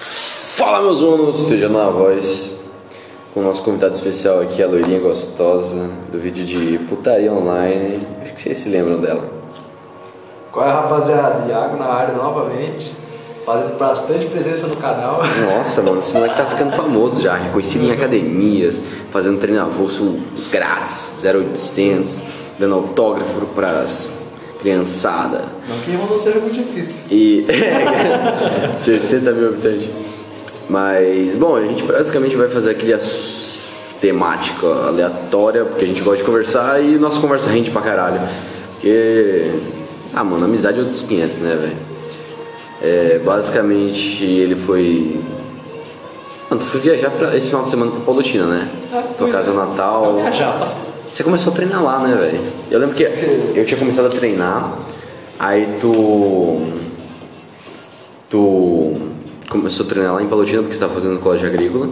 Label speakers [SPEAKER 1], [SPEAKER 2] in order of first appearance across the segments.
[SPEAKER 1] Fala meus manos, esteja na voz com o nosso convidado especial aqui, a loirinha gostosa do vídeo de putaria online. Acho que vocês se lembram dela.
[SPEAKER 2] Qual é, rapaziada? Iago na área novamente, fazendo bastante presença no canal.
[SPEAKER 1] Nossa, mano, esse moleque tá ficando famoso já, reconhecido em academias, fazendo treino avulso grátis, 0800, dando autógrafo pras criançada.
[SPEAKER 2] Não que irmão não seja muito difícil.
[SPEAKER 1] E 60 mil habitantes. Mas, bom, a gente basicamente vai fazer aquele ass- temática aleatória, porque a gente gosta de conversar e nossa conversa rende pra caralho. Porque, ah, mano, amizade é outros 500, né, velho? É, basicamente, ele foi. Mano, tu foi viajar pra, esse final de semana pra Paulutina, né?
[SPEAKER 2] Ah,
[SPEAKER 1] Tua
[SPEAKER 2] fui.
[SPEAKER 1] casa natal.
[SPEAKER 2] Não viajar, mas
[SPEAKER 1] Você começou a treinar lá, né, velho? Eu lembro que eu tinha começado a treinar, aí tu. Tu começou a treinar lá em Palotina porque você estava fazendo colégio agrícola.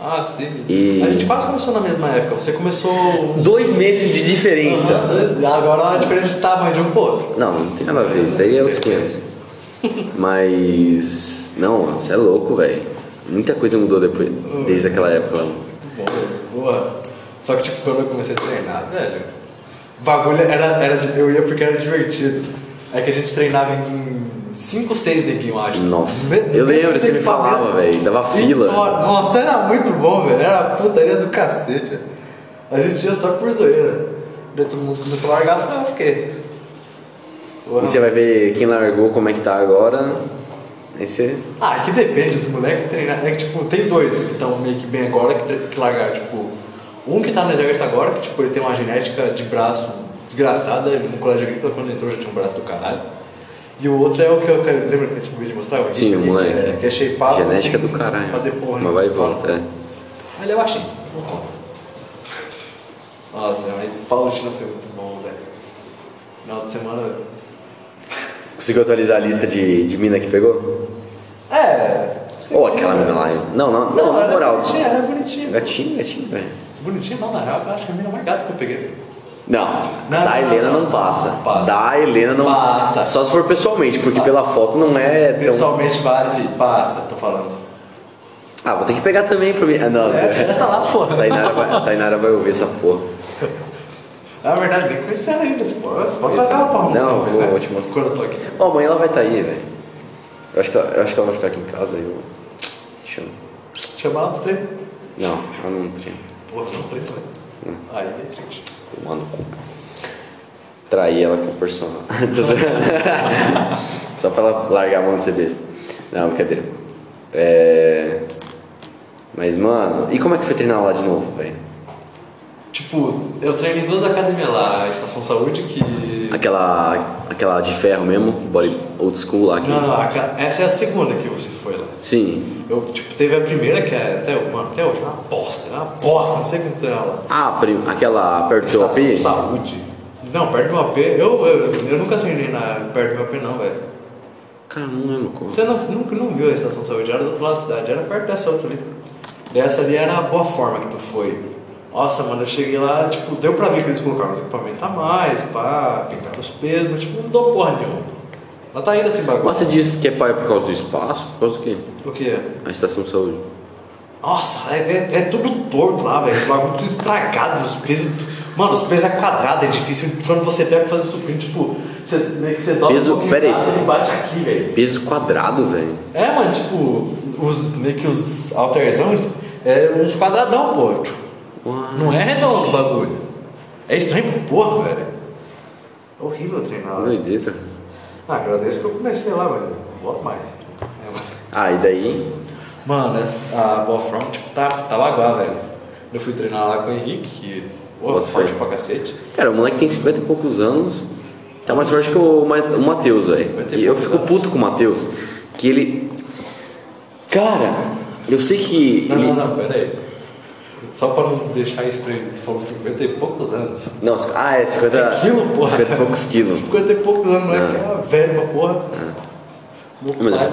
[SPEAKER 2] Ah, sim.
[SPEAKER 1] E-
[SPEAKER 2] A gente quase começou na mesma época. Você começou. uns-
[SPEAKER 1] Dois meses de
[SPEAKER 2] Aham,
[SPEAKER 1] diferença!
[SPEAKER 2] dois- Agora a diferença de tamanho de um pro outro.
[SPEAKER 1] Não, não tem nada a ver, isso aí é outros 500. Mas. Não, você é louco, velho. Muita coisa mudou depois, desde aquela época lá.
[SPEAKER 2] Boa, boa. Só que tipo, quando eu comecei a treinar, velho, o bagulho era, era. Eu ia porque era divertido. É que a gente treinava em 5, 6 neguinho, eu acho.
[SPEAKER 1] Nossa,
[SPEAKER 2] Me-
[SPEAKER 1] eu
[SPEAKER 2] mesmo
[SPEAKER 1] lembro, você me
[SPEAKER 2] equipamento.
[SPEAKER 1] falava, velho, dava fila.
[SPEAKER 2] Vitória. Nossa, era muito bom, velho. Era a putaria do cacete, velho. A gente ia só por zoeira. Daí todo mundo começou a largar, só eu "Ah, fiquei. Porra.
[SPEAKER 1] E você vai ver quem largou, como é que tá agora. Aí você.
[SPEAKER 2] Ah, que depende, os moleques treinaram. É que, tipo, tem dois que estão meio que bem agora que, tre- que largaram, tipo. Um que tá no exército agora, que, tipo, ele tem uma genética de braço desgraçada, ele no colégio agrícola, quando entrou já tinha um braço do caralho. E o outro é o que eu quero. Lembra que eu tinha de mostrar? O
[SPEAKER 1] Sim, o
[SPEAKER 2] que,
[SPEAKER 1] moleque.
[SPEAKER 2] Que é, que é shapeado,
[SPEAKER 1] Genética
[SPEAKER 2] sem
[SPEAKER 1] do caralho.
[SPEAKER 2] Fazer porra
[SPEAKER 1] Mas
[SPEAKER 2] né? nenhuma.
[SPEAKER 1] vai e volta, é.
[SPEAKER 2] Ele é baixinho, não conta. Nossa, mas Paulo China foi muito bom, velho. Final de semana.
[SPEAKER 1] Conseguiu atualizar a lista de, de mina que pegou?
[SPEAKER 2] É.
[SPEAKER 1] Ou aquela mina lá. Não, não, não, na
[SPEAKER 2] era
[SPEAKER 1] moral.
[SPEAKER 2] é
[SPEAKER 1] É
[SPEAKER 2] bonitinha, era bonitinha.
[SPEAKER 1] Gatinho, gatinho, velho.
[SPEAKER 2] Bonitinho não, na real, eu acho que é a mina mais gata que eu peguei.
[SPEAKER 1] Não,
[SPEAKER 2] Não,
[SPEAKER 1] da
[SPEAKER 2] não,
[SPEAKER 1] Helena
[SPEAKER 2] não,
[SPEAKER 1] não passa.
[SPEAKER 2] não passa.
[SPEAKER 1] Da Helena não
[SPEAKER 2] Passa.
[SPEAKER 1] Só se for pessoalmente, porque pela foto não é tão.
[SPEAKER 2] Pessoalmente vale, filho. Passa, tô falando.
[SPEAKER 1] Ah, vou ter que pegar também pra mim. Ah, não,
[SPEAKER 2] É,
[SPEAKER 1] Zé.
[SPEAKER 2] essa lá fora.
[SPEAKER 1] Tainara vai, Tainara vai ouvir essa porra.
[SPEAKER 2] Na verdade, nem conheci ela ainda, esse porra. Você pode fazer ela pra arrumar.
[SPEAKER 1] Não,
[SPEAKER 2] uma vez,
[SPEAKER 1] vou-
[SPEAKER 2] né?
[SPEAKER 1] vou te mostrar.
[SPEAKER 2] Quando eu tô aqui.
[SPEAKER 1] Ó, amanhã ela vai estar aí, velho. Eu, acho que ela- eu acho que ela vai ficar aqui em casa e eu. Chama.
[SPEAKER 2] Chamar ela pro treino.
[SPEAKER 1] Não, ela não treina.
[SPEAKER 2] Pô, não treino, né?
[SPEAKER 1] Hum.
[SPEAKER 2] Aí é triste.
[SPEAKER 1] Tomar no cu. Trair ela com o personal. Tô zoando. Só pra ela largar a mão de ser besta. Não, brincadeira. É. Mas, mano, e como é que foi treinar lá de novo, velho?
[SPEAKER 2] Tipo, eu treino em duas academias lá, a Estação Saúde que.
[SPEAKER 1] Aquela. aquela de ferro mesmo, body old school lá. Que...
[SPEAKER 2] Não, não, a ca- essa é a segunda que você foi lá.
[SPEAKER 1] Sim.
[SPEAKER 2] Eu, tipo, teve a primeira que é até, mano, até hoje, é uma bosta, é uma bosta, não sei como tem ela.
[SPEAKER 1] Ah, prim... aquela perto do seu AP?
[SPEAKER 2] Estação Saúde. Não, perto do AP. Eu, eu, eu nunca treinei na, perto do AP, não, velho.
[SPEAKER 1] Cara, não lembro como.
[SPEAKER 2] Você não, nunca não viu a Estação Saúde, era do outro lado da cidade, era perto dessa outra ali. Dessa ali era a boa forma que tu foi. Nossa, mano, eu cheguei lá, tipo, deu pra ver que eles colocaram os equipamentos a mais, pá, pintaram os pesos, mas tipo, não deu porra nenhuma. Mas tá ainda assim bagulho.
[SPEAKER 1] Mas você disse que é pai por causa do espaço? Por causa do quê?
[SPEAKER 2] O quê?
[SPEAKER 1] A estação de saúde.
[SPEAKER 2] Nossa, é, é- é tudo torto lá, velho. Os bagulho tudo estragado, os pesos. tu- Mano, os pesos é quadrado, é difícil. Quando você pega pra fazer o supino, tipo, você meio que você dobra
[SPEAKER 1] Peso-
[SPEAKER 2] um pouquinho
[SPEAKER 1] pera aí.
[SPEAKER 2] o braço, ele bate aqui, velho.
[SPEAKER 1] Peso quadrado, velho.
[SPEAKER 2] É, mano, tipo, os, meio que os alterzão é uns quadradão, pô. Não é redondo o bagulho. É estranho pra porra, velho. É horrível treinar lá.
[SPEAKER 1] Doideira.
[SPEAKER 2] Ah, agradeço que eu comecei lá, mas não volto mais. É, mano.
[SPEAKER 1] Ah, e daí?
[SPEAKER 2] Mano, essa- a Boa Front, tipo, tá, tá baguá, velho. Eu fui treinar lá com o Henrique, que, pô,
[SPEAKER 1] Bota
[SPEAKER 2] forte
[SPEAKER 1] fé.
[SPEAKER 2] pra cacete.
[SPEAKER 1] Cara, o moleque tem 50 e poucos anos, tá mais forte que o, Ma o Matheus, velho.
[SPEAKER 2] 50
[SPEAKER 1] E
[SPEAKER 2] e
[SPEAKER 1] eu
[SPEAKER 2] poucos
[SPEAKER 1] fico
[SPEAKER 2] anos.
[SPEAKER 1] puto com o Matheus, que ele. Cara, eu sei que.
[SPEAKER 2] Não,
[SPEAKER 1] ele...
[SPEAKER 2] não, não, pera aí. Só pra não deixar estranho, tu falou 50 e poucos anos.
[SPEAKER 1] Não, c- ah, é 50.
[SPEAKER 2] É quilo, porra.
[SPEAKER 1] 50 e poucos quilos. É.
[SPEAKER 2] 50 e poucos anos, moleque, era velho pra porra. Meu
[SPEAKER 1] Mas,
[SPEAKER 2] pai.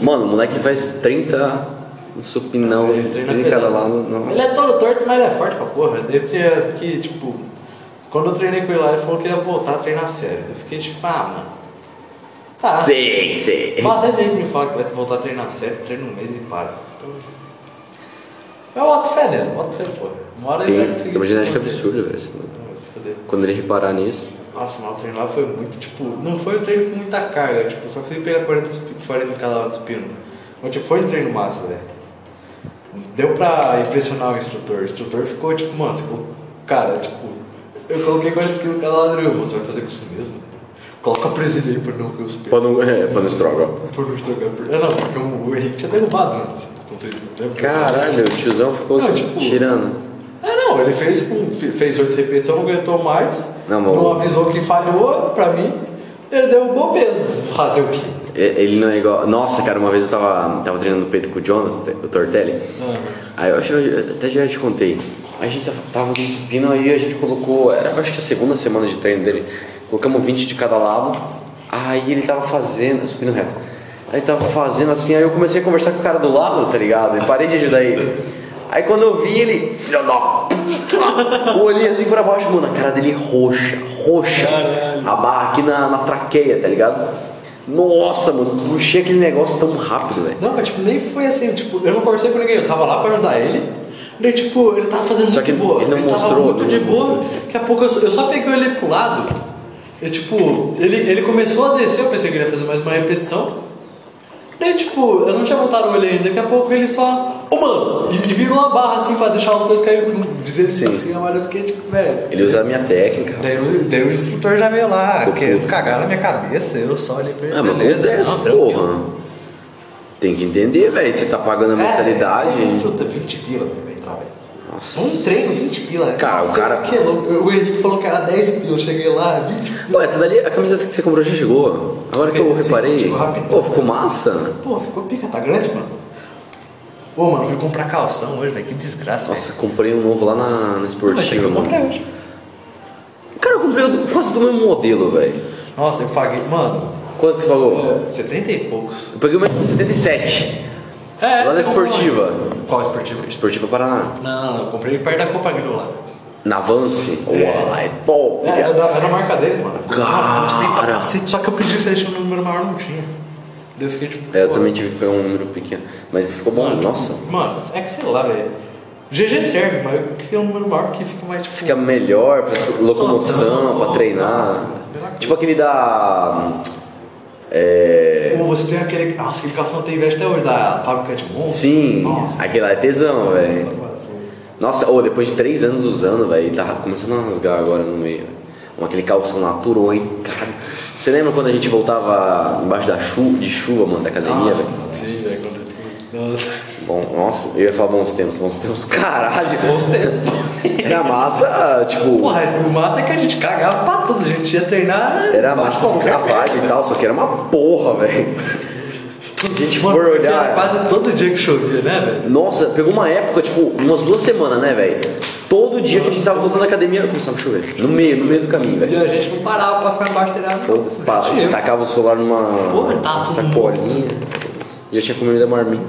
[SPEAKER 1] mano, o moleque faz 30 no supinão,
[SPEAKER 2] Ele treina
[SPEAKER 1] 30 cada
[SPEAKER 2] pesado.
[SPEAKER 1] lado. Não.
[SPEAKER 2] Ele é todo torto, mas ele é forte pra porra. Ele tinha que, tipo, quando eu treinei com ele lá, ele falou que ia voltar a treinar sério. Eu fiquei tipo, ah, mano. Ah,
[SPEAKER 1] Sei, sei.
[SPEAKER 2] bastante gente me fala que vai voltar a treinar sério, treina um mês e para. Então, é eu boto fé nele, boto fé, pô. Uma hora ele vai
[SPEAKER 1] Tem,
[SPEAKER 2] conseguir.
[SPEAKER 1] tem uma
[SPEAKER 2] se
[SPEAKER 1] genética
[SPEAKER 2] manter.
[SPEAKER 1] absurda, velho. esse maluco.
[SPEAKER 2] Não, vai se fuder.
[SPEAKER 1] Quando ele reparar nisso.
[SPEAKER 2] Nossa, mas o treino lá foi muito, tipo, não foi um treino com muita carga, tipo, só consegui pegar 40, espi- 40 cada hora dos pinos. Mas tipo, foi um treino massa, velho. Deu pra impressionar o instrutor. O instrutor ficou tipo, mano, você colocou- cara, tipo, eu coloquei 40 quilos cada lado mano, você vai fazer com isso mesmo? Coloca preso aí pra não ver os pesos.
[SPEAKER 1] Pra não, é, pra não estrogar.
[SPEAKER 2] Pra não estragar. Ah, não, porque o o Henrique tinha derrubado antes. com o treino, né?
[SPEAKER 1] Caralho, o tiozão ficou
[SPEAKER 2] Não, tipo-
[SPEAKER 1] tirando.
[SPEAKER 2] É, não, ele fez com- fe- fez oito repetições, não aguentou mais.
[SPEAKER 1] Não,
[SPEAKER 2] Não,
[SPEAKER 1] mas-
[SPEAKER 2] avisou que falhou pra mim. Ele deu um bom peso. Fazer o quê?
[SPEAKER 1] E- Ele não é igual. Nossa, cara, uma vez eu tava, tava treinando peito com o Jonathan, o Tortelli.
[SPEAKER 2] É.
[SPEAKER 1] Aí eu acho que eu até já te contei. A gente tava- tava fazendo supino aí a gente colocou, era acho que a segunda semana de treino dele, colocamos 20 de cada lado, aí ele tava fazendo, supino reto. Aí tava fazendo assim, aí eu comecei a conversar com o cara do lado, tá ligado? E parei de ajudar ele. Aí quando eu vi ele, filho da puta, eu olhei assim pra baixo, mano, a cara dele roxa, roxa.
[SPEAKER 2] Caralho.
[SPEAKER 1] A barra aqui na, na traqueia, tá ligado? Nossa, mano, puxei aquele negócio tão rápido, velho.
[SPEAKER 2] Não, mas tipo, nem foi assim, tipo, eu não conversei com ninguém, eu tava lá pra ajudar ele. Daí, tipo, ele tava fazendo
[SPEAKER 1] Só
[SPEAKER 2] muito
[SPEAKER 1] que
[SPEAKER 2] de boa.
[SPEAKER 1] ele não mostrou,
[SPEAKER 2] tava muito
[SPEAKER 1] né?
[SPEAKER 2] de boa. Daqui a pouco eu só, eu só peguei ele pro lado. E tipo, ele, ele começou a descer, eu pensei que ele ia fazer mais uma repetição. Daí, tipo, eu não tinha botado o olho ainda, daqui a pouco ele só. Ô mano! E me virou uma barra assim pra deixar os pés cair, dizer
[SPEAKER 1] Sim.
[SPEAKER 2] assim, mas eu fiquei tipo, velho.
[SPEAKER 1] Ele usa a minha técnica.
[SPEAKER 2] Daí, o- daí o instrutor já veio lá, querendo cagar na minha cabeça, eu só olhei pra ele.
[SPEAKER 1] Ah, mas
[SPEAKER 2] beleza,
[SPEAKER 1] acontece,
[SPEAKER 2] não, tranquilo.
[SPEAKER 1] porra. Tem que entender, velho. Você tá pagando a mensalidade.
[SPEAKER 2] É, instrutor, 20 pila né, pra entrar, velho.
[SPEAKER 1] Nossa.
[SPEAKER 2] Um treino, 20 pila.
[SPEAKER 1] Cara, o
[SPEAKER 2] Nossa,
[SPEAKER 1] cara-
[SPEAKER 2] Que louco. O Henrique falou que era 10 pila, eu cheguei lá, 20 pila.
[SPEAKER 1] Pô, essa dali, a camiseta que você comprou já chegou. Agora que eu
[SPEAKER 2] Sim,
[SPEAKER 1] reparei.
[SPEAKER 2] chegou rápido.
[SPEAKER 1] Pô, ficou massa.
[SPEAKER 2] Pô, ficou pica, tá grande, mano. Pô, mano, fui comprar calção hoje, velho, que desgraça,
[SPEAKER 1] Nossa, comprei um novo lá na, na
[SPEAKER 2] velho. Pô, esse aqui
[SPEAKER 1] esportiva,
[SPEAKER 2] eu comprei
[SPEAKER 1] mano.
[SPEAKER 2] hoje.
[SPEAKER 1] Cara, eu comprei o- quase do mesmo modelo, velho.
[SPEAKER 2] Nossa, eu paguei, mano,
[SPEAKER 1] Quanto que você pagou?
[SPEAKER 2] 70 e poucos.
[SPEAKER 1] Eu peguei o mesmo 77.
[SPEAKER 2] É,
[SPEAKER 1] Lá na
[SPEAKER 2] você comprou
[SPEAKER 1] esportiva.
[SPEAKER 2] onde? Qual esportiva?
[SPEAKER 1] Esportiva Paraná.
[SPEAKER 2] Não, não, não, eu comprei perto da Copagrilo lá.
[SPEAKER 1] Na Avance.
[SPEAKER 2] É.
[SPEAKER 1] Uau, é top.
[SPEAKER 2] É,
[SPEAKER 1] cara.
[SPEAKER 2] era, era a marca deles, mano.
[SPEAKER 1] Cara.
[SPEAKER 2] Mano, gostei pra cacete, só que eu pedi se eles tinham um número maior, não tinha. Daí eu fiquei tipo.
[SPEAKER 1] É, eu
[SPEAKER 2] pô,
[SPEAKER 1] também tive que pegar um número pequeno. Mas ficou bom,
[SPEAKER 2] Mano,
[SPEAKER 1] nossa.
[SPEAKER 2] Mano, é que sei lá, velho. GG serve, mas porque é um número maior que fica mais tipo.
[SPEAKER 1] Fica melhor pra locomoção,
[SPEAKER 2] Soltão.
[SPEAKER 1] pra treinar.
[SPEAKER 2] Nossa.
[SPEAKER 1] Tipo aquele da. É.
[SPEAKER 2] Ou você tem aquele. Nossa, aquele calção tem veste até hoje da fábrica de monstros.
[SPEAKER 1] Sim,
[SPEAKER 2] Nossa.
[SPEAKER 1] aquele lá é tesão, velho.
[SPEAKER 2] Nossa.
[SPEAKER 1] Nossa, ô, depois de três anos usando, velho, tá começando a rasgar agora no meio. velho. Um, Aquele calção natural, hein? Cara, Você lembra quando a gente voltava embaixo da chuva, de chuva, mano, da academia,
[SPEAKER 2] Nossa,
[SPEAKER 1] velho?
[SPEAKER 2] Sim, velho. quando- Nossa.
[SPEAKER 1] Bom, nossa, eu ia falar bons tempos, bons tempos, caralho.
[SPEAKER 2] Bons tempos.
[SPEAKER 1] Era massa, tipo.
[SPEAKER 2] Porra, o massa é que a gente cagava pra tudo, a gente ia treinar.
[SPEAKER 1] Era
[SPEAKER 2] pra
[SPEAKER 1] massa
[SPEAKER 2] qualquer né?
[SPEAKER 1] a vibe e tal, só que era uma porra, velho. Se a gente
[SPEAKER 2] Mano,
[SPEAKER 1] for
[SPEAKER 2] porque
[SPEAKER 1] olhar.
[SPEAKER 2] Era quase todo dia que chovia, né, velho?
[SPEAKER 1] Nossa, pegou uma época, tipo, umas duas semanas, né, velho? Todo dia que a gente tava voltando da academia, começava a chover. No meio, no meio do caminho,
[SPEAKER 2] E
[SPEAKER 1] velho.
[SPEAKER 2] a gente não parava pra ficar embaixo treinando.
[SPEAKER 1] Foda-se, pá,
[SPEAKER 2] Tinha.
[SPEAKER 1] tacava o celular numa
[SPEAKER 2] Porra, tá tudo-
[SPEAKER 1] sacolinha. Já tinha comido a marmita.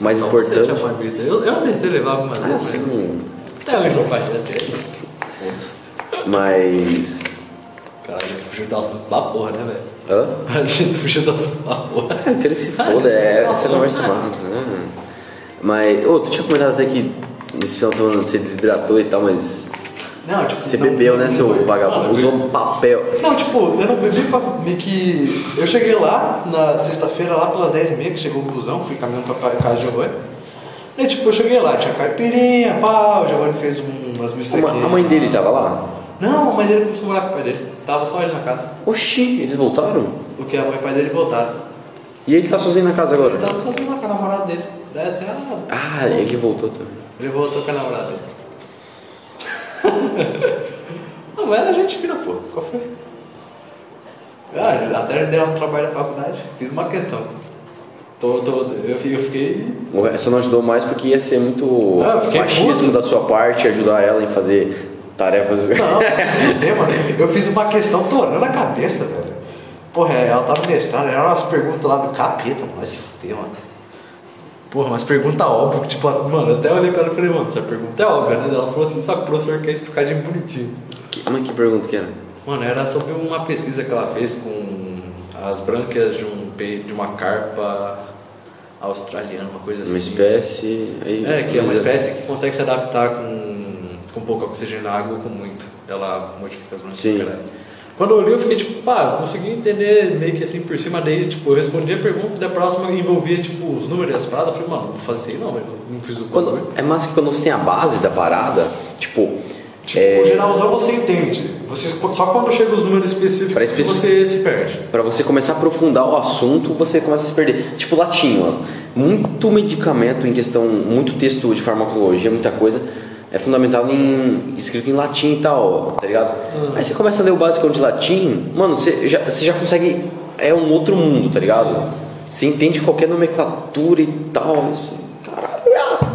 [SPEAKER 1] Mais
[SPEAKER 2] Você tinha
[SPEAKER 1] importante. né,
[SPEAKER 2] marmita? Eu, eu tentei levar algumas
[SPEAKER 1] Ah,
[SPEAKER 2] vezes. mas
[SPEAKER 1] sim.
[SPEAKER 2] Até hoje não faz né? até.
[SPEAKER 1] Mas.
[SPEAKER 2] Cara, a gente fugiu do assunto pra porra, né, velho?
[SPEAKER 1] Hã?
[SPEAKER 2] A gente fugiu do assunto pra porra.
[SPEAKER 1] Eu quero que se foda, é essa conversa massa, né? Mas, ô, tu tinha comentado até que nesse final de semana você desidratou e tal, mas
[SPEAKER 2] Não, tipo.
[SPEAKER 1] você
[SPEAKER 2] não-
[SPEAKER 1] bebeu, né,
[SPEAKER 2] não
[SPEAKER 1] seu
[SPEAKER 2] foi-
[SPEAKER 1] vagabundo?
[SPEAKER 2] Mano, eu-
[SPEAKER 1] Usou um papel.
[SPEAKER 2] Não, tipo, eu não bebi pra. Meio que. Eu cheguei lá na sexta-feira, lá pelas 10h30, que chegou o busão, fui caminhando pra pra casa de Giovanni. Daí, tipo, eu cheguei lá, tinha caipirinha, pá, o Giovanni fez um- umas
[SPEAKER 1] Uma-
[SPEAKER 2] misturinhas.
[SPEAKER 1] a mãe dele tava lá?
[SPEAKER 2] Não, a mãe dele começou a morar com o pai dele. Tava só ele na casa.
[SPEAKER 1] Oxi, eles voltaram?
[SPEAKER 2] Porque a mãe e o pai dele voltaram.
[SPEAKER 1] E ele tá sozinho na casa
[SPEAKER 2] Ele
[SPEAKER 1] agora?
[SPEAKER 2] tava sozinho lá com a namorada dele. Daí assim, ah,
[SPEAKER 1] Ah, ele voltou também.
[SPEAKER 2] Ele voltou com a namorada dele. Não, Ah, mas era gente fina, pô. Qual foi? Ah, até deu um trabalho da faculdade. Fiz uma questão. Tô, tô, eu fi- eu fiquei.
[SPEAKER 1] O- Você não ajudou mais porque ia ser muito
[SPEAKER 2] Ah, eu fiquei
[SPEAKER 1] machismo
[SPEAKER 2] puto.
[SPEAKER 1] da sua parte ajudar ela em fazer tarefas.
[SPEAKER 2] Não, se fuder, mano. Eu fiz uma questão torando a cabeça, velho. Porra, é, ela tava mestrada, era umas perguntas lá do capeta, mano. Vai se fuder, mano. Porra, umas perguntas óbvias, tipo, mano, até olhei pra ela e falei, mano, essa pergunta é óbvia, né? Ela falou assim, sabe, o professor quer explicar de bonitinho.
[SPEAKER 1] Que- Mas que pergunta que era?
[SPEAKER 2] Mano, era sobre uma pesquisa que ela fez com As branquias de, um, pe- de uma carpa australiana, uma coisa
[SPEAKER 1] É Uma
[SPEAKER 2] assim.
[SPEAKER 1] espécie. aí-
[SPEAKER 2] É, que é uma espécie que consegue se adaptar com, com pouco oxigênio na água ou com muito. Ela modifica as
[SPEAKER 1] Sim.
[SPEAKER 2] moléculas. Quando eu li, eu fiquei tipo, pá, eu consegui entender meio que assim por cima dele. Tipo, eu respondi a pergunta e da próxima envolvia, tipo, os números e as paradas. Eu falei, mano, não vou fazer não, velho. Não fiz o bagulho.
[SPEAKER 1] Quando, é massa que quando você tem a base da parada, tipo.
[SPEAKER 2] Tipo,
[SPEAKER 1] é,
[SPEAKER 2] o geralzão você entende. Você, só quando chega os números específicos
[SPEAKER 1] Pra especi-
[SPEAKER 2] você se perde.
[SPEAKER 1] Pra você começar a aprofundar o assunto, você começa a se perder. Tipo latim, mano. Muito medicamento em questão, muito texto de farmacologia, muita coisa, é fundamentado em escrito em latim e tal, tá ligado? Aí você começa a ler o básico de latim, mano, você já, você já consegue. É um outro mundo, tá ligado? Você entende qualquer nomenclatura e tal. Isso, caralho! ah!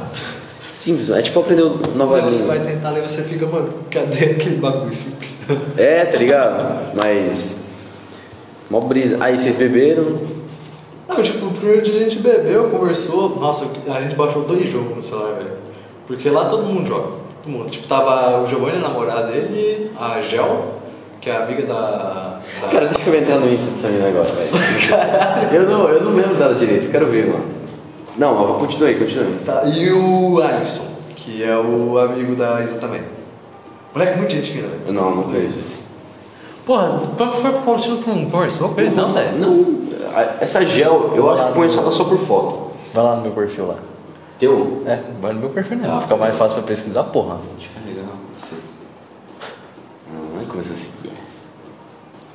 [SPEAKER 1] Simples, mano. é tipo aprender nova
[SPEAKER 2] Aí você
[SPEAKER 1] língua.
[SPEAKER 2] vai tentar ler você fica, mano, cadê aquele bagulho simples?
[SPEAKER 1] É, tá ligado? Mas. Mó brisa. Aí vocês beberam.
[SPEAKER 2] Não, tipo, o primeiro dia a gente bebeu, conversou. Nossa, a gente baixou dois jogos no celular, velho. Porque lá todo mundo joga. Todo mundo. Tipo, tava o Giovanni, a namorada dele, a Gel, que é a amiga da. da-
[SPEAKER 1] Cara, deixa eu entrar no Insta dessa mina agora, velho. Eu não, eu não lembro dela direito, eu quero ver, mano. Não, mas continue, aí, continue. aí.
[SPEAKER 2] Tá, e o Alisson, que é o amigo da Isa também. Moleque, muito gente fina, velho.
[SPEAKER 1] Eu não, não conheço.
[SPEAKER 3] Porra, quando foi pro Paulistino tu não conversou com eles não, velho?
[SPEAKER 1] Não, a- essa gel, eu acho que conheço ela só por foto.
[SPEAKER 3] Vai lá no meu perfil lá.
[SPEAKER 1] Teu?
[SPEAKER 3] É, vai no meu perfil mesmo. Fica mais fácil pra pesquisar, porra.
[SPEAKER 1] um? Deixa eu pegar. Não, não é coisa assim.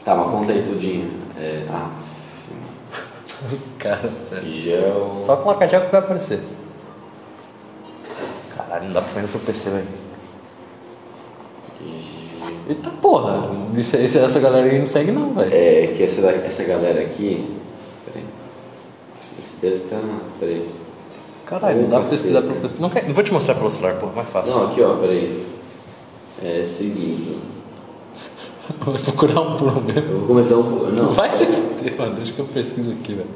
[SPEAKER 1] Tá, mas conta aí tudinho. É, ah,
[SPEAKER 3] Cara, velho.
[SPEAKER 1] gel.
[SPEAKER 3] só colocar já que vai aparecer. Caralho, não dá pra ver no teu PC, velho. Eita porra, isso- isso- essa galera aí não segue não, velho.
[SPEAKER 1] É que essa, essa galera aqui. Peraí. Esse deve tá. Peraí.
[SPEAKER 3] Caralho, não dá pra
[SPEAKER 1] Cacete.
[SPEAKER 3] pesquisar pelo PC. Não, quer- não vou te mostrar pelo celular, porra, mais fácil.
[SPEAKER 1] Não, aqui ó, peraí. É seguinte.
[SPEAKER 3] Vou procurar um problema.
[SPEAKER 1] Eu vou começar um. Não.
[SPEAKER 3] Vai se fuder, mano. Deixa que eu pesquiso aqui, velho.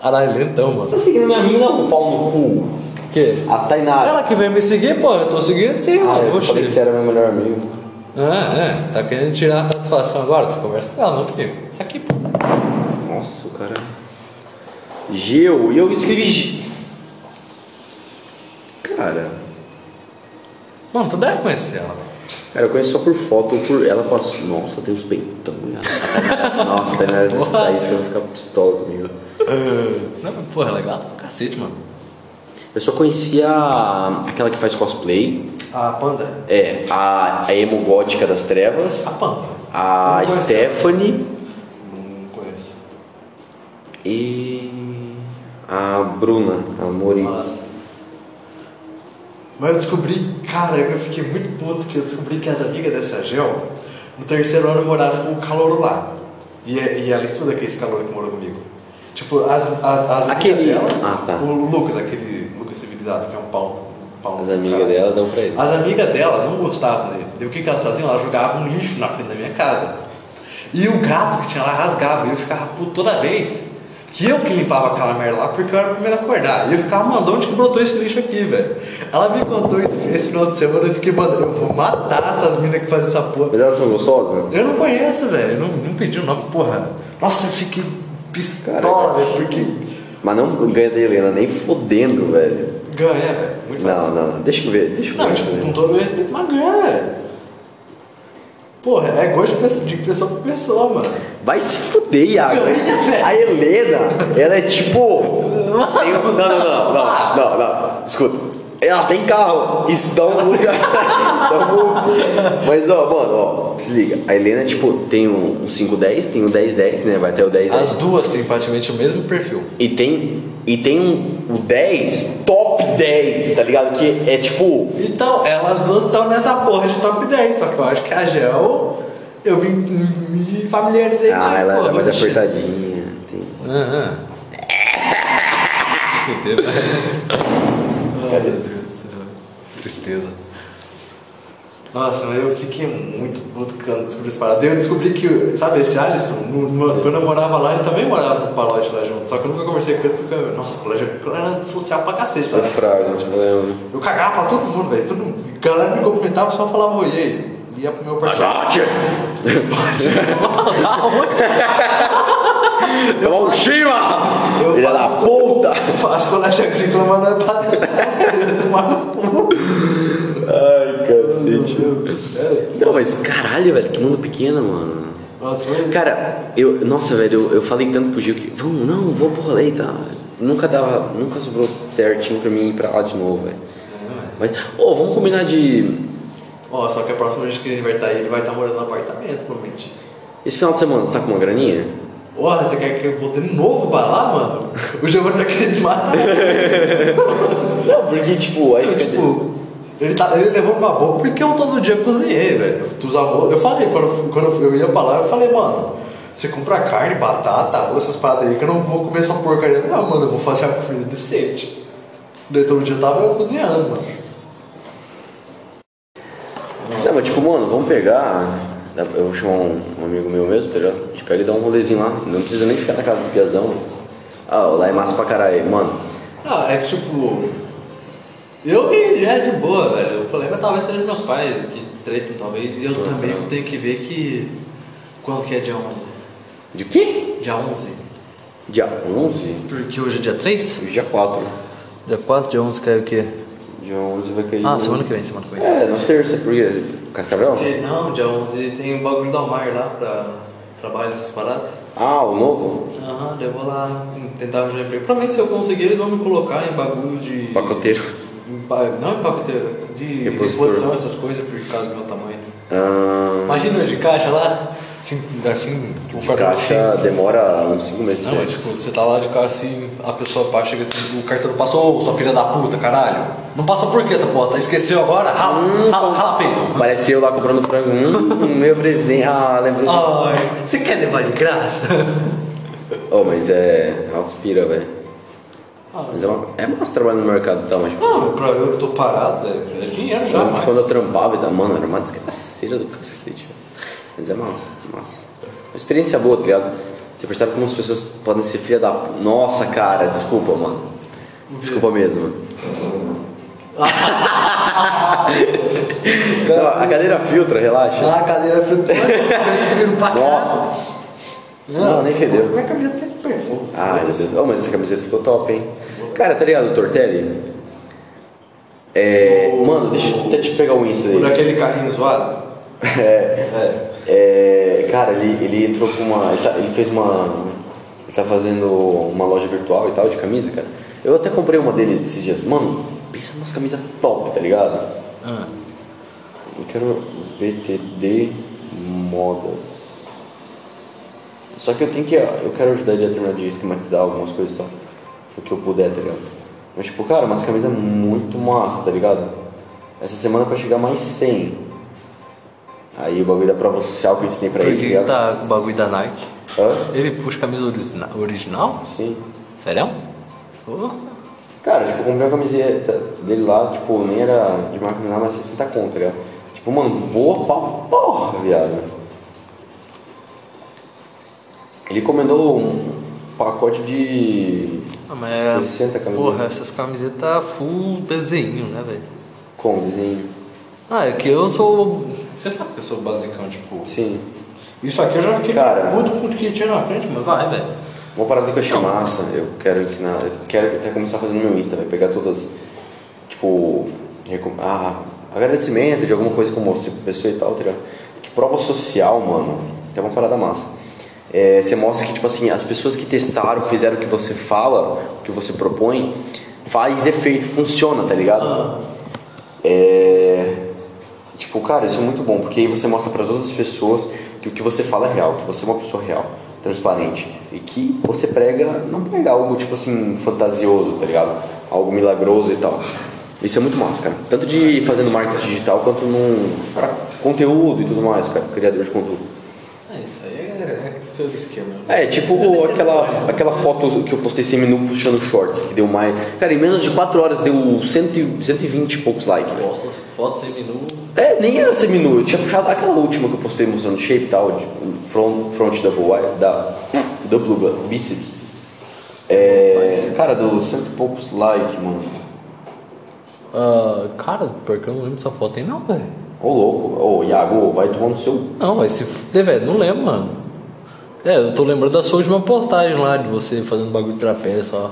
[SPEAKER 3] Caralho, lentão,
[SPEAKER 1] Você
[SPEAKER 3] mano.
[SPEAKER 1] tá seguindo minha mina ou pau no cu?
[SPEAKER 3] O quê?
[SPEAKER 1] A Tainara.
[SPEAKER 3] Ela que veio me seguir, pô, eu tô seguindo sim,
[SPEAKER 1] Ah,
[SPEAKER 3] mano.
[SPEAKER 1] eu falei que
[SPEAKER 3] Oxi.
[SPEAKER 1] você era meu melhor amigo.
[SPEAKER 3] Ah, é. Tá querendo tirar a satisfação agora? Você conversa com ela, não comigo. Isso aqui, pô.
[SPEAKER 1] Nossa, o cara. Geu, e eu escrevi. G- Cara.
[SPEAKER 3] Mano, tu deve conhecer ela, velho.
[SPEAKER 1] Cara, eu conheço só por foto ou por. Ela passou. Nossa, tem uns peitão. né? Nossa, a Tainara deve escutar isso, ela vai ficar pistola comigo.
[SPEAKER 3] Não, mas, porra, é legal pra cacete, mano.
[SPEAKER 1] Eu só conhecia a- aquela que faz cosplay.
[SPEAKER 2] Ah, A Panda.
[SPEAKER 1] É, a, a emo gótica das trevas.
[SPEAKER 2] A Panda.
[SPEAKER 1] A
[SPEAKER 2] Eu não conheço
[SPEAKER 1] Stephanie.
[SPEAKER 2] Não conheço.
[SPEAKER 1] E a Bruna, a Moritz.
[SPEAKER 2] Nossa. Mas eu descobri, cara, eu fiquei muito puto que eu descobri que as amigas dessa Gel, no terceiro ano moraram com o calor lá. E, é- e ela estuda aquele calor que morou comigo. Tipo, as, a, as amigas
[SPEAKER 1] Aquele-
[SPEAKER 2] dela,
[SPEAKER 1] ah, tá.
[SPEAKER 2] o Lucas, aquele Lucas civilizado que é um pau. um pau
[SPEAKER 1] As
[SPEAKER 2] no
[SPEAKER 1] amigas
[SPEAKER 2] cara.
[SPEAKER 1] dela dão pra ele.
[SPEAKER 2] As amigas dela não gostavam dele. Daí o que, que elas faziam? Elas jogavam lixo na frente da minha casa. E o gato que tinha lá rasgava. E eu ficava puto toda vez que eu que limpava aquela merda lá, porque eu era o primeiro a acordar. E eu ficava, mano, de onde que brotou esse lixo aqui, velho? Ela me contou isso esse final de semana. Eu fiquei, mano, eu vou matar essas minas que fazem essa porra.
[SPEAKER 1] Mas elas são gostosas?
[SPEAKER 2] Eu não conheço, velho. eu Não, não pedi o nome, porra. Nossa, eu fiquei pistola,
[SPEAKER 1] Cara,
[SPEAKER 2] velho, porque
[SPEAKER 1] Mas não ganha da Helena, nem fodendo, velho.
[SPEAKER 2] ganha, velho. Muito fácil.
[SPEAKER 1] Não, não, não. Deixa eu ver, deixa eu ver.
[SPEAKER 2] Não, tipo, com todo o respeito, mas ganha, velho. Porra, é gosto de pessoa- de pessoa pra pessoa, mano.
[SPEAKER 1] Vai se fuder, Iago.
[SPEAKER 2] Ganha, velho.
[SPEAKER 1] A Helena, ela é tipo. tem um- Não, não, não, não, não, não. Escuta. Ela tem carro, estão no lugar. Tamo- Mas ó, mano, ó, se liga. A Helena, tipo, tem um um 510, tem um 1010, né? Vai até o 1010.
[SPEAKER 3] As duas têm praticamente o mesmo perfil.
[SPEAKER 1] E tem, e tem um, o 10, top 10, tá ligado? Que é tipo.
[SPEAKER 2] Então, elas duas estão nessa porra de top 10, só que eu acho que a Gel, eu me, me familiarizei
[SPEAKER 1] Ah,
[SPEAKER 2] mais,
[SPEAKER 1] ela
[SPEAKER 2] porra.
[SPEAKER 1] era mais
[SPEAKER 2] mas achei-
[SPEAKER 1] apertadinha. tem-
[SPEAKER 3] Ah, ah. Fudeu, velho. Ai, meu Deus do céu. Tristeza.
[SPEAKER 2] Nossa, mas eu fiquei muito puto quando descobri essa parada. Eu descobri que, sabe, esse Alisson, no- no- quando eu morava lá, ele também morava no palote lá junto. Só que eu nunca conversei com ele porque, nossa, o colégio o colégio era social pra cacete lá.
[SPEAKER 1] fraga, tipo, lembro.
[SPEAKER 2] Eu cagava pra todo mundo, velho. Todo mundo. A galera me cumprimentava e só falava oi. E aí? Ia pro meu partido.
[SPEAKER 1] Bate!
[SPEAKER 3] Da onde?
[SPEAKER 1] Vamos, Shima! Filha da puta!
[SPEAKER 2] Eu faço colégio agrícola, mas não é pra tomar no cu.
[SPEAKER 1] Ai, cacete. assim, tipo, Não, mas caralho, velho, que mundo pequeno, mano.
[SPEAKER 2] É, Nossa, foi.
[SPEAKER 1] Cara, eu. Nossa, velho, eu, eu falei tanto pro Gil que. Vamos, não, vou pro rolê e tal. Nunca dava. Nunca sobrou certinho pra mim ir pra lá de novo, velho. Mas. Ô, vamos combinar de.
[SPEAKER 2] Ó, só que a próxima vez que ele vai estar aí, ele vai estar morando no apartamento, provavelmente.
[SPEAKER 1] Esse final de semana você tá com uma graninha?
[SPEAKER 2] Ó, você quer que eu vou de novo pra lá, mano? O Giovanni tá querendo me matar.
[SPEAKER 1] Não, porque, tipo, aí.
[SPEAKER 2] tipo, ele, tá, ele levou uma boa porque eu todo dia cozinhei, velho. Tu usa mo- Eu falei, quando, eu fui- quando eu fui- eu ia pra lá, eu falei, mano, você compra carne, batata, essas paradas aí, que eu não vou comer essa porcaria. Não, mano, eu vou fazer uma comida decente. Daí todo dia eu tava cozinhando, mano.
[SPEAKER 1] Não, mas tipo, mano, vamos pegar. Eu vou chamar um, um amigo meu mesmo, tá ligado? A gente pega e dá um rolezinho lá. Não precisa nem ficar na casa do Piazão. Mas... Ah, lá é massa pra caralho. Mano,
[SPEAKER 2] Ah, é que tipo. Eu que já é de boa, velho. O problema é talvez seja dos meus pais, que tretam talvez. E eu também
[SPEAKER 1] não.
[SPEAKER 2] tenho que ver que. Quanto que é dia 11?
[SPEAKER 1] de quê?
[SPEAKER 2] Dia 11?
[SPEAKER 1] Dia 11?
[SPEAKER 2] Porque hoje é dia 3?
[SPEAKER 1] Hoje é dia 4.
[SPEAKER 2] Dia 4, dia 11 cai o quê?
[SPEAKER 1] Dia 11 vai cair.
[SPEAKER 2] Ah,
[SPEAKER 1] no-
[SPEAKER 2] semana que vem, semana que vem.
[SPEAKER 1] É, na terça, porque. Cascavel?
[SPEAKER 2] É, não, dia 11 tem o bagulho do Almar lá pra trabalho, essas paradas.
[SPEAKER 1] Ah, o novo?
[SPEAKER 2] Aham, daí eu vou lá tentar arranjar emprego. Provavelmente se eu conseguir, eles vão me colocar em bagulho de.
[SPEAKER 1] Pacoteiro.
[SPEAKER 2] em ba- Não em pacoteiro, de
[SPEAKER 1] Repositor.
[SPEAKER 2] reposição, essas coisas, por causa do meu tamanho.
[SPEAKER 1] Ah,
[SPEAKER 2] Imagina eu de caixa lá, assim, assim o
[SPEAKER 1] de
[SPEAKER 2] cartão
[SPEAKER 1] caixa demora uns 5 meses pra
[SPEAKER 2] assim. Não, mas
[SPEAKER 1] sair.
[SPEAKER 2] tipo, você tá lá de caixa assim, a pessoa passa, chega assim, o cartão não passou, ô, sua filha da puta, caralho. Não passou por quê essa porra? Tá Esqueceu agora? Rala,
[SPEAKER 1] Hum.
[SPEAKER 2] rala, rala peito.
[SPEAKER 1] Apareceu lá comprando frango. Hum, meu presente. Ah, lembrou de.
[SPEAKER 2] Ai, você quer levar de graça?
[SPEAKER 1] Oh, mas é. Autospira, velho. Mas é, uma, é massa trabalhar no mercado e tal, mas tipo,
[SPEAKER 2] Não, pra eu que tô parado, é, é dinheiro já,
[SPEAKER 1] quando-
[SPEAKER 2] mas...
[SPEAKER 1] quando eu trampava e tal, mano, era uma desgraceira do cacete, velho. Mas é massa, massa. Uma experiência boa, tá ligado? Você percebe como as pessoas podem ser filha da. p- Nossa, cara, desculpa, mano. Desculpa mesmo. Não, a cadeira filtra, relaxa.
[SPEAKER 2] Ah, a cadeira foi...
[SPEAKER 3] Ah.
[SPEAKER 1] Nossa. Não, nem fedeu.
[SPEAKER 2] Minha camisa até perfume.
[SPEAKER 1] Ai, meu Deus. Oh, mas essa camiseta ficou top, hein? Cara, tá ligado, Tortelli? É. Mano, deixa eu até te pegar o Insta
[SPEAKER 2] Por
[SPEAKER 1] dele.
[SPEAKER 2] aquele carrinho zoado?
[SPEAKER 1] É, é, cara, ele, ele entrou com uma. Ele, tá- ele fez uma. Ele tá fazendo uma loja virtual e tal de camisa, cara. Eu até comprei uma dele esses dias. Mano, pensa numas camisas top, tá ligado? Eu quero VTD Modas. Só que eu tenho que. Eu quero ajudar ele a terminar de esquematizar algumas coisas e tal. O que eu puder, tá ligado? Mas, tipo, cara, umas camisas muito massa, tá ligado? Essa semana pra chegar mais 100. Aí o bagulho da prova social que eu ensinei pra ele, tá ligado?
[SPEAKER 3] tá com o bagulho da Nike?
[SPEAKER 1] Hã?
[SPEAKER 3] Ele puxa camisa origina- original?
[SPEAKER 1] Sim.
[SPEAKER 3] Sério? Porra.
[SPEAKER 1] Cara, tipo, eu comprei uma camiseta dele lá, tipo, nem era de marca original, mas 60 conto, tá ligado? Tipo, mano, boa pra porra, viado. Ele encomendou um pacote de
[SPEAKER 3] Ah, mas é-
[SPEAKER 1] 60 camisetas
[SPEAKER 3] Porra, essas camisetas full desenho, né, velho?
[SPEAKER 1] com desenho.
[SPEAKER 3] Ah, é que eu sou.
[SPEAKER 2] Você sabe que eu sou basicão, tipo...
[SPEAKER 1] Sim.
[SPEAKER 2] Isso aqui eu já fiquei
[SPEAKER 1] Cara.
[SPEAKER 2] muito puto que tinha na frente, mas vai, velho.
[SPEAKER 1] Uma parada que eu achei massa, eu quero ensinar, eu quero até começar a fazer no meu Insta, vai pegar todas, tipo, recom- ah, agradecimento de alguma coisa que eu mostrei pra pessoa e tal, tá ligado? Que prova social, mano, é uma parada massa. É, você mostra que, tipo assim, as pessoas que testaram, fizeram o que você fala, o que você propõe, faz efeito, funciona, tá ligado? É. Tipo, cara, isso é muito bom, porque aí você mostra para outras pessoas que o que você fala é real, que você é uma pessoa real, transparente. E que você prega, não prega algo, tipo assim, fantasioso, tá ligado? Algo milagroso e tal. Isso é muito massa, cara. Tanto de fazendo marketing digital, quanto num. pra conteúdo e tudo mais, cara. Criador de conteúdo.
[SPEAKER 2] É, isso aí é, é seus esquemas.
[SPEAKER 1] É, tipo aquela, aquela foto que eu postei semi-nu puxando shorts, que deu mais. Cara, em menos de 4 horas deu 100, e- 120 e poucos likes, velho.
[SPEAKER 2] Posta foto sem menu.
[SPEAKER 1] É, nem era seminu, eu tinha puxado aquela última que eu postei mostrando shape e tal, de front, front double wide, da duplo bu- bíceps. É, cara,
[SPEAKER 3] tá.
[SPEAKER 1] deu cento e poucos likes, mano.
[SPEAKER 3] Ah, cara, pior que eu não lembro dessa foto aí, não, velho.
[SPEAKER 1] Ô louco, ô Iago, vai tomar no seu.
[SPEAKER 3] Não, vai se fuder, velho, não lembro, mano. É, eu tô lembrando da sua última postagem lá, de você fazendo bagulho de trapézio só.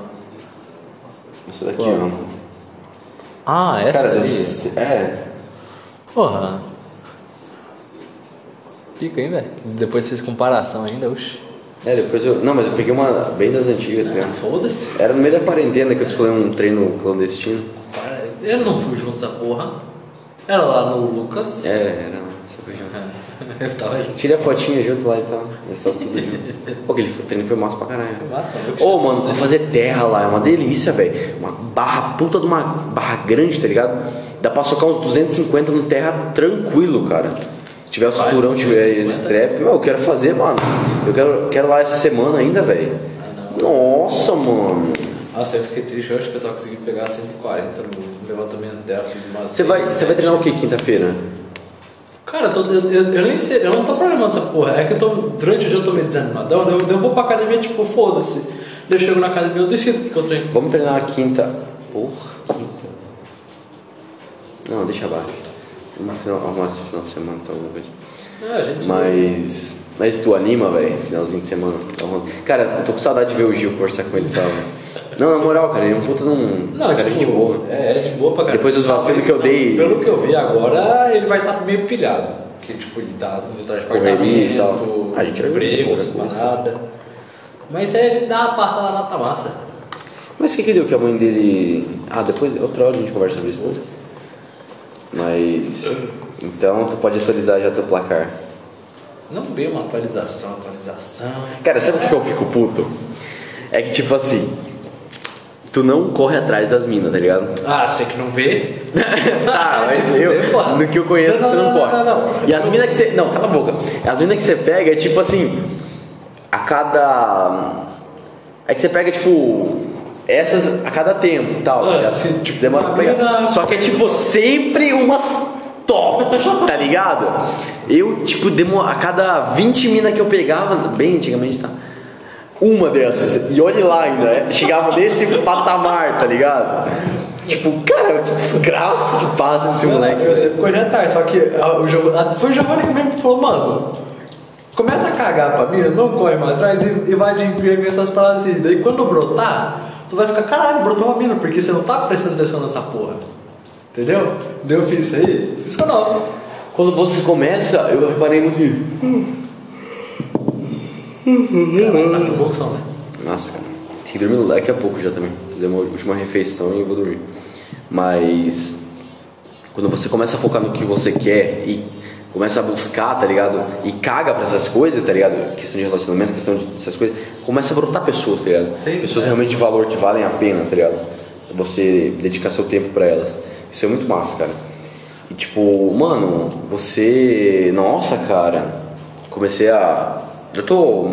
[SPEAKER 1] Essa daqui,
[SPEAKER 3] Qual?
[SPEAKER 1] ó.
[SPEAKER 3] Ah, essa
[SPEAKER 1] Cara,
[SPEAKER 3] daí.
[SPEAKER 1] eu se- é.
[SPEAKER 3] Porra. Pica, hein, velho? Depois fez comparação ainda, oxi.
[SPEAKER 1] É, depois eu. Não, mas eu peguei uma bem das antigas, tá ligado?
[SPEAKER 3] É, Foda-se.
[SPEAKER 1] Era no meio da quarentena que eu descolei um treino clandestino.
[SPEAKER 3] Eu não fui junto essa porra. Era lá no Lucas.
[SPEAKER 1] É, era essa coisa.
[SPEAKER 3] Eu tava junto.
[SPEAKER 1] Tirei a fotinha junto lá e tal. Nós tava tudo junto. Pô, aquele treino foi massa pra caralho.
[SPEAKER 3] massa, cara.
[SPEAKER 1] Ô, mano, pra fazer terra lá é uma delícia, velho. Uma barra puta de uma barra grande, tá ligado? Dá pra socar uns 250 no terra tranquilo, cara. Se tiver o
[SPEAKER 3] Faz
[SPEAKER 1] cinturão, tiver esse
[SPEAKER 3] 250.
[SPEAKER 1] strap, meu, eu quero fazer, mano. Eu quero, quero lá essa semana ainda, velho. Nossa, mano.
[SPEAKER 3] Nossa, eu fiquei triste hoje, o pessoal conseguiu pegar 140 no levantamento dela, fiz uma.
[SPEAKER 1] Você vai, você vai treinar o que quinta-feira?
[SPEAKER 3] Cara, eu, tô- eu- eu- eu nem sei, eu não tô programando essa porra. É que eu tô, durante o dia eu tô meio desanimadão, daí eu, daí eu vou pra academia, tipo, foda-se. Daí eu chego na academia, eu decido o que que eu treino.
[SPEAKER 1] Vamos treinar a quinta. Porra, quinta. Não, deixa abaixo. Uma final, arrumar esse final de semana, tá alguma coisa.
[SPEAKER 3] É, a gente.
[SPEAKER 1] Mas. Mas tu anima, velho, finalzinho de semana. Tá rolando. Cara, eu tô com saudade de ver o Gil conversar com ele e tal. velho. Não, na moral, cara, ele é um puta de um.
[SPEAKER 3] Não,
[SPEAKER 1] cara,
[SPEAKER 3] tipo,
[SPEAKER 1] gente boa.
[SPEAKER 3] É, é de boa pra caralho.
[SPEAKER 1] Depois dos vacilos que eu dei-
[SPEAKER 3] Pelo que eu vi agora, ele vai estar meio pilhado. Porque, tipo, ele tá no atrás de
[SPEAKER 1] Correria e tal.
[SPEAKER 3] apartamento,
[SPEAKER 1] A gente vai ver
[SPEAKER 3] emprego,
[SPEAKER 1] qualquer
[SPEAKER 3] essas
[SPEAKER 1] coisa.
[SPEAKER 3] paradas. Mas aí a gente dá uma passada na lata massa.
[SPEAKER 1] Mas o que, que deu que a mãe dele. Ah, depois, outra hora a gente conversa sobre isso. Mas. Então tu pode atualizar já teu placar.
[SPEAKER 3] Não deu uma atualização, atualização.
[SPEAKER 1] Cara, sabe por que eu fico puto? É que tipo assim. Tu não corre atrás das minas, tá ligado?
[SPEAKER 3] Ah, você que não vê?
[SPEAKER 1] Tá, mas
[SPEAKER 3] Tipo, vê, porra.
[SPEAKER 1] eu, no que eu conheço,
[SPEAKER 3] Não,
[SPEAKER 1] você não
[SPEAKER 3] não, não,
[SPEAKER 1] pode.
[SPEAKER 3] não, não.
[SPEAKER 1] E as minas que você. Não, cala a boca. As minas que você pega é tipo assim. A cada. É que você pega, tipo. Essas a cada tempo tal. tá
[SPEAKER 3] Ah,
[SPEAKER 1] ligado?
[SPEAKER 3] se,
[SPEAKER 1] Você
[SPEAKER 3] tipo,
[SPEAKER 1] demora pra
[SPEAKER 3] uma
[SPEAKER 1] pegar.
[SPEAKER 3] mina-
[SPEAKER 1] Só que é tipo sempre umas top, tá ligado? Eu, tipo, demo... a cada 20 minas que eu pegava, bem antigamente, tá? Uma dessas. E olhe lá ainda, né? chegava nesse patamar, tá ligado? Tipo, cara, que desgraça que passa desse um moleque. né?
[SPEAKER 2] eu
[SPEAKER 1] velho.
[SPEAKER 2] sempre corri atrás, só que ah, o Giov- ah, foi o Giovanni que mesmo falou, mano, começa a cagar pra mim, não corre mais atrás e, e vai de emprego e essas paradas assim. Daí quando brotar, tu vai ficar, caralho, brotou uma mina, porque você não tá prestando atenção nessa porra. Entendeu? Daí eu fiz isso aí, fiz com não.
[SPEAKER 1] Quando você começa, eu reparei muito. nisso.
[SPEAKER 2] Tá com convulsão, né?
[SPEAKER 1] Nossa, cara. Tem que dormir daqui a pouco já também. Fazer uma última refeição e eu vou dormir. Mas quando você começa a focar no que você quer e começa a buscar, tá ligado? E caga pra essas coisas, tá ligado? Questão de relacionamento, questão de essas coisas, começa a brotar pessoas, tá ligado?
[SPEAKER 2] Sim.
[SPEAKER 1] pessoas realmente de valor que valem a pena, tá ligado? Você dedicar seu tempo pra elas. Isso é muito massa, cara. E tipo, mano, você. Nossa, cara. Comecei a. Eu tô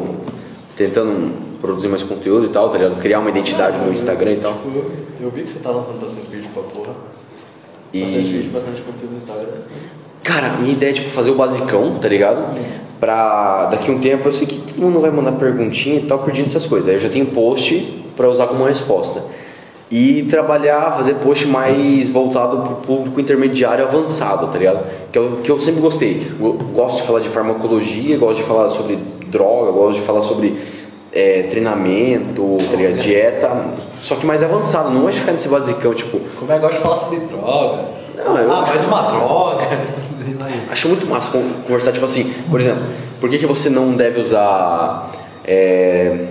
[SPEAKER 1] tentando produzir mais conteúdo e tal, tá ligado? Criar uma identidade no Instagram e tal.
[SPEAKER 2] Eu, eu vi que você tá lançando bastante vídeo pra porra.
[SPEAKER 1] E-
[SPEAKER 2] Bastante vídeo, bastante conteúdo no Instagram.
[SPEAKER 1] Cara, minha ideia é tipo fazer o basicão, tá ligado? Pra daqui a um tempo eu sei que todo mundo vai mandar perguntinha e tal, pedindo essas coisas. Aí eu já tenho post pra usar como resposta. E trabalhar, fazer post mais voltado pro público intermediário avançado, tá ligado? Que é o que eu sempre gostei. Eu gosto de falar de farmacologia, gosto de falar sobre droga, gosto de falar sobre é, treinamento, tá ligado? Dieta, só que mais avançado, não é de ficar nesse basicão, tipo,
[SPEAKER 2] Como é que gosta de falar sobre droga?
[SPEAKER 1] Não, eu
[SPEAKER 2] ah,
[SPEAKER 1] acho
[SPEAKER 2] mais
[SPEAKER 1] que
[SPEAKER 2] uma
[SPEAKER 1] sim.
[SPEAKER 2] droga. é
[SPEAKER 1] Acho muito massa con- conversar, tipo assim, por exemplo, por que, que você não deve usar é,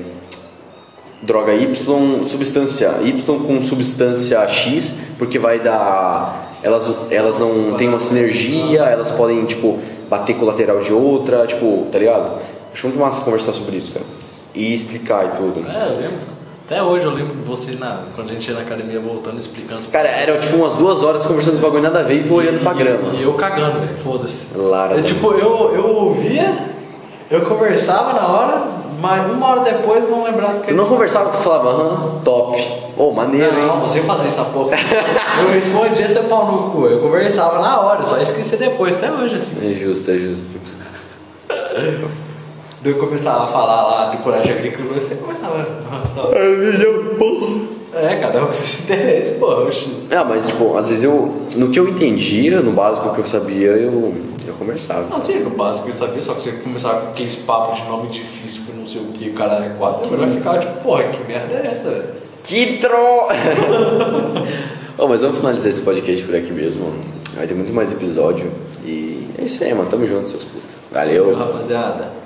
[SPEAKER 1] droga Y, substância Y com substância X, porque vai dar. Elas, elas não têm uma sinergia, elas podem, tipo, bater com o lateral de outra, tipo, tá ligado? Acho muito massa conversar sobre isso, cara. E explicar e tudo.
[SPEAKER 3] É, eu lembro. Até hoje eu lembro de você na, quando a gente ia na academia voltando explicando as
[SPEAKER 1] Cara, era tipo umas duas horas conversando esse bagulho nada a ver e tô olhando pra
[SPEAKER 3] E-
[SPEAKER 1] grama.
[SPEAKER 3] E eu cagando, velho, foda-se.
[SPEAKER 1] Lara.
[SPEAKER 2] né? É, tipo, eu, eu ouvia, eu conversava na hora, mas uma hora depois eu não lembrava que
[SPEAKER 1] Tu não conversava, tu falava, aham, top. Ô, maneiro, hein?
[SPEAKER 2] Não, você fazia essa porra. eu respondia seu pau no cu. Eu conversava na hora, só esqueci depois, até hoje assim.
[SPEAKER 1] É justo, é justo.
[SPEAKER 2] Daí eu começava a falar lá de coragem agrícola e você começava. é, cada um que se interessa, porra. oxi.
[SPEAKER 1] É, mas tipo, às vezes eu. No que eu entendia, no básico que eu sabia, eu Eu conversava.
[SPEAKER 2] Ah, sim, no básico eu sabia, só que você começar com aqueles papos de nome difícil, que não sei o que, o cara é quatro, agora vai ficar tipo, porra, que merda é essa? velho?
[SPEAKER 1] Que tro... Bom, mas vamos finalizar esse podcast por aqui mesmo. Vai ter muito mais episódio. E é isso aí, mano. Tamo junto, seus putos. Valeu.
[SPEAKER 2] Rapaziada.